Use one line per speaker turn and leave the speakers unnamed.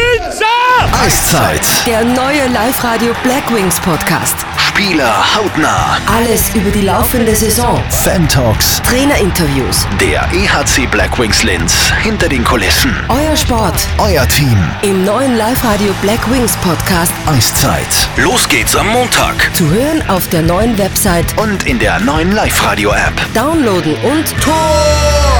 Linzer!
Eiszeit.
Der neue Live-Radio Blackwings Podcast.
Spieler hautnah.
Alles über die laufende Saison.
Fan Talks.
Trainerinterviews.
Der EHC Blackwings Linz. Hinter den Kulissen.
Euer Sport.
Euer Team.
Im neuen Live-Radio Blackwings Podcast.
Eiszeit. Los geht's am Montag.
Zu hören auf der neuen Website.
Und in der neuen Live-Radio-App.
Downloaden und Tor!